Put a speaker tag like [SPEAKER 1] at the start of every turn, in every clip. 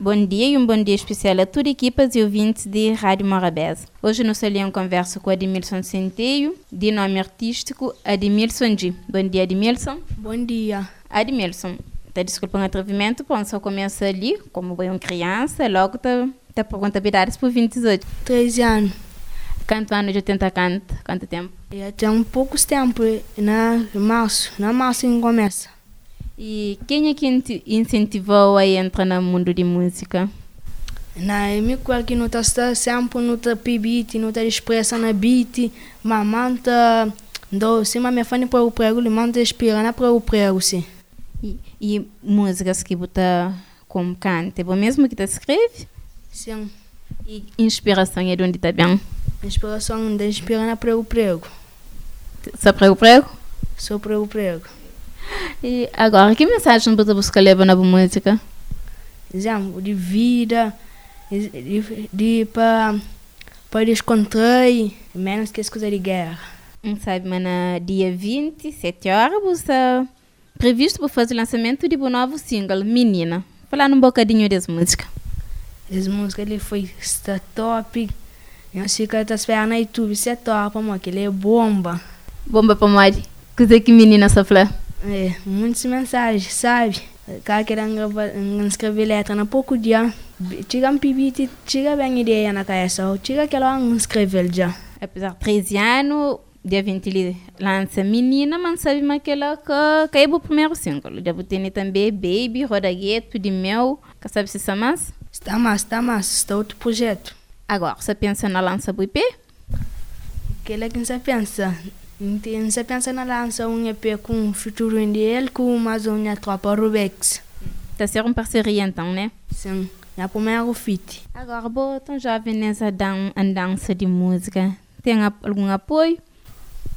[SPEAKER 1] Bom dia e um bom dia especial a toda a equipas e ouvintes de Rádio Morabeza. Hoje no Salão converso com Admilson Centeio, de nome artístico Admilson G. Bom dia, Admilson.
[SPEAKER 2] Bom dia.
[SPEAKER 1] Admilson, tá desculpa um atrevimento, bom, só começa ali, como bem criança, logo tá, tá por contabilidade por 28.
[SPEAKER 2] 13 anos.
[SPEAKER 1] Quanto anos de 80 canta? Quanto tempo?
[SPEAKER 2] Já tem poucos um tempo, na março, na março em começa.
[SPEAKER 1] E quem é que te incentivou a entrar no mundo de música?
[SPEAKER 2] Na amigo aqui não tá está sempre no tapi beat, não está expressa na beat, mamanta do, se mamãe fã para o prego, ele manda inspira na para o prego, sim.
[SPEAKER 1] E, e músicas que você como canta, é mesmo que você escreve?
[SPEAKER 2] Sim.
[SPEAKER 1] E inspiração é de onde está bem?
[SPEAKER 2] Inspiração da inspira na para o prego.
[SPEAKER 1] Só para o prego?
[SPEAKER 2] Só para o prego.
[SPEAKER 1] E agora, que mensagem você busca levar na música?
[SPEAKER 2] Exemplo, de vida, de, de para para descontrair, menos que as coisas de guerra.
[SPEAKER 1] Não sabe, Um mas na dia 20, 7 horas, você previsto para fazer o lançamento de um novo single, Menina. Falar um bocadinho dessa música.
[SPEAKER 2] Essa música ele foi está top. Eu sei que tá esperando na YouTube, isso é top, amor, que ele é bomba.
[SPEAKER 1] Bomba para mãe. Coisa que menina sofreu.
[SPEAKER 2] É, muitas mensagens, sabe? Cara que escrever letra na pouco dia. Tira um pibite, tira bem ideia na cabeça. Tira aquela escrever já.
[SPEAKER 1] Apesar de 13 anos, dia 20 ele lança Menina, mas sabe aquela que caiu o primeiro single. Já tem também Baby, Rodagueto, de Mel. Que sabe se está mais?
[SPEAKER 2] Está mais, está mais. Está outro projeto.
[SPEAKER 1] Agora, você pensa na lança do IP?
[SPEAKER 2] Aquela que você pensa. Então, você pensa na lança um EP com um futuro dele com mais uma tropa Rubex.
[SPEAKER 1] Tá ser uma parceria então, né?
[SPEAKER 2] Sim, na primeira fit.
[SPEAKER 1] Agora, boa, tão jovem nessa dan dança de música, tem algum apoio?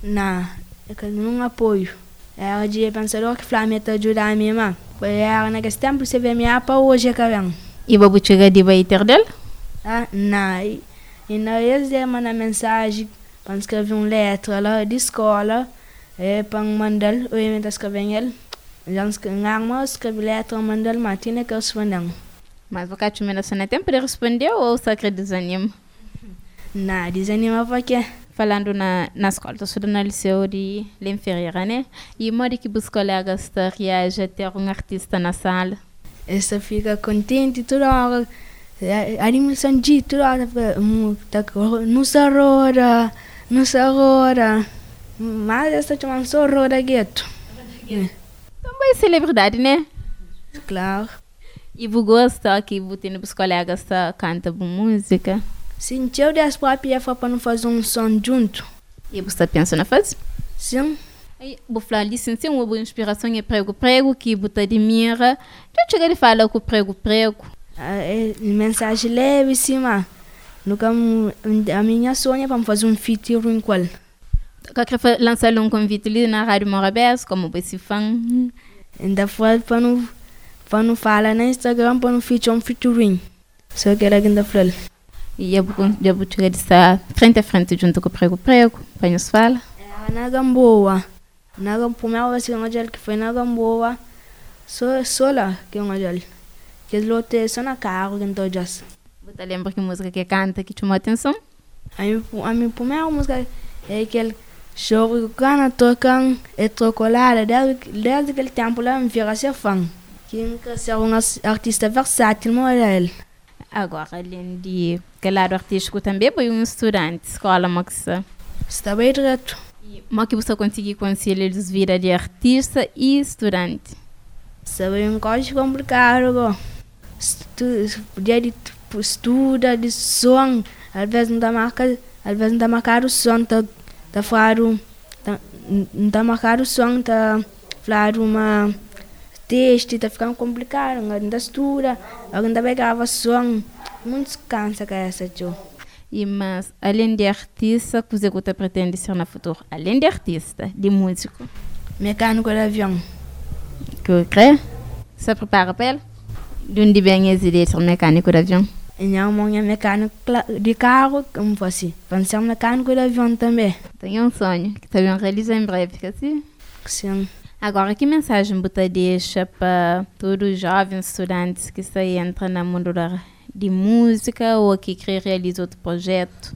[SPEAKER 2] Não, eu não apoio. Era de pensador que Flávia te ajudar a minha irmã. Porque era naquele tempo você vê minha apa hoje, caramba.
[SPEAKER 1] E vou chegar de bater dele?
[SPEAKER 2] Ah, não. E na vez de mandar mensagem para escrever uma letra lá de escola é para mandar o evento escrever ele já escrevemos escreve letra mandar matina que eu respondendo
[SPEAKER 1] mas você tinha na sua tempo de responder ou você que desanima
[SPEAKER 2] não desanima porque
[SPEAKER 1] falando na na escola estou estudando no liceu de Lemferreira né e modo que os colegas estariam já ter um artista na sala
[SPEAKER 2] essa fica contente toda hora é, animação de toda hora tá não se roda não se roda mas essa chama só roda gueto
[SPEAKER 1] também celebridade né
[SPEAKER 2] É, claro
[SPEAKER 1] e você gosta que você tem os colegas que cantam música
[SPEAKER 2] sentiu de as próprias para não fazer um som junto
[SPEAKER 1] e você pensa na fazer
[SPEAKER 2] sim
[SPEAKER 1] vou falar licença uma boa inspiração é prego prego que você admira já cheguei a falar com prego prego
[SPEAKER 2] É, mensagem leve cima nunca a minha sonha para fazer um feat ruim qual
[SPEAKER 1] qualquer lançar um convite ali na rádio Morabés como esse fã
[SPEAKER 2] ainda foi para não para não falar no Instagram para não feat um featuring só que era ainda foi
[SPEAKER 1] e eu já vou chegar de estar frente a frente junto com o prego prego para nos falar
[SPEAKER 2] na Gamboa na Gamboa vai ser um que foi na Gamboa só só lá que é um que lote só na carro que então já
[SPEAKER 1] Você lembra que música que canta que chamou a atenção?
[SPEAKER 2] A minha, a minha primeira música é aquele choro que cana tocam é trocolada desde, desde aquele tempo lá me vira ser fã. Que ser um artista versátil, não é ele.
[SPEAKER 1] Agora, além de que lado artístico também, foi um estudante, escola, Maxa.
[SPEAKER 2] Está bem direto.
[SPEAKER 1] Como que você conseguiu conciliar os vida de artista e estudante?
[SPEAKER 2] Sabe um código complicado, agora podia de postura, de som, às vezes não dá marca, às vezes não dá marcar o som, tá, tá faro, tá, não dá marcar o som, tá falar uma texto, tá ficando complicado, não dá estuda, ainda pegava tá som, muito cansa com essa tio.
[SPEAKER 1] E mas além de artista, o que você pretende ser no futuro? Além de artista, de músico?
[SPEAKER 2] Mecânico de avião.
[SPEAKER 1] Que eu creio? Você prepara para ele? de onde vem as ideias sobre mecânico de avião?
[SPEAKER 2] Minha mãe é mecânico de carro, como fosse. Vamos ser mecânico de avião também.
[SPEAKER 1] Tenho um sonho que também realiza em breve, assim?
[SPEAKER 2] Sim.
[SPEAKER 1] Agora, que mensagem você deixa para todos os jovens estudantes que se entram no mundo da, de música ou que querem realizar outro projeto?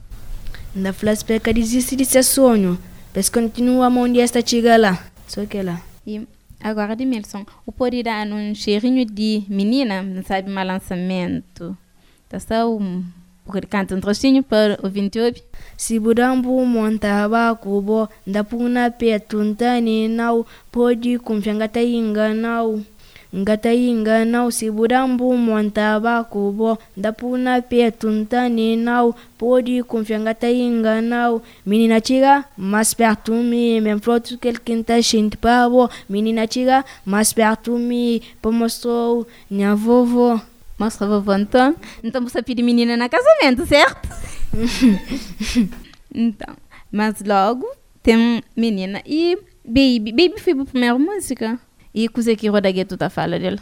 [SPEAKER 2] Na frase para desiste de seu sonho, mas continua onde está chega lá. Só que lá.
[SPEAKER 1] E agora, de Milson, o poder dar um cheirinho de menina, não sabe, mal lançamento. Tá só um. Porque canta um trostinho para o 28.
[SPEAKER 2] Si budan bu monta ba kubo da puna petunta ni nau podi kumshanga ta inga nau. Ngata inga nau si budan bu monta ba kubo da puna petunta ni nau podi kumshanga ta inga nau. Menina chiga mais perto mi men frotu que ele quinta shint pavo. Menina chiga mais perto mi pomostrou minha vovó.
[SPEAKER 1] Mostra a vovó então. Então você pedir menina na casamento, certo? então, mas logo tem menina e Baby. Baby foi a primeira música. E o que o Rodagueto tá fala dela?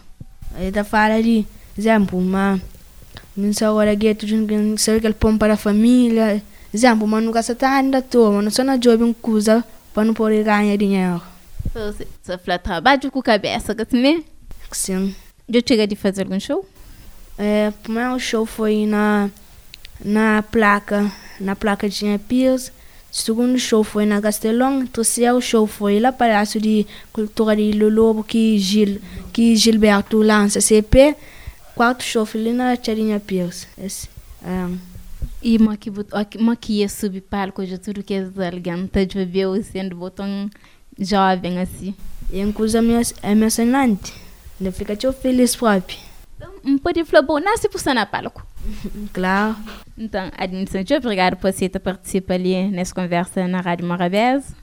[SPEAKER 2] Ele tá falando de exemplo, mas não sei agora que tu não sei que ele põe para a família. Exemplo, mas nunca se tá ainda tô, mas não só na job um coisa para não poder ganhar dinheiro.
[SPEAKER 1] Você só fala trabalho com cabeça, que assim,
[SPEAKER 2] Sim.
[SPEAKER 1] Já chega de fazer algum show?
[SPEAKER 2] É, o primeiro show foi na, na placa, na placa de Pires. O segundo show foi na Castelão. O terceiro show foi lá Palácio de Cultura de Ilha Lobo, que, Gil, que Gilberto lança CP. O quarto show foi lá na Tiarinha Pires. Esse, é,
[SPEAKER 1] E uma que, bot- ok, uma que ia subir palco, já tudo que é alguém tá de bebê sendo botão jovem assim.
[SPEAKER 2] e uma coisa emo- emocionante. Eu fico tão feliz próprio.
[SPEAKER 1] Então, um pouco de falar, bom, nasce por na palco.
[SPEAKER 2] Claro.
[SPEAKER 1] Então, Adnilson, te obrigado por você ter participado ali nessa conversa na Rádio Morabeza.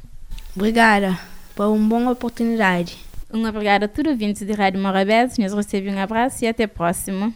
[SPEAKER 2] Obrigada por uma boa um oportunidade.
[SPEAKER 1] Um obrigado a todos os ouvintes de Rádio Morabeza. Nós recebemos um abraço e até a próxima.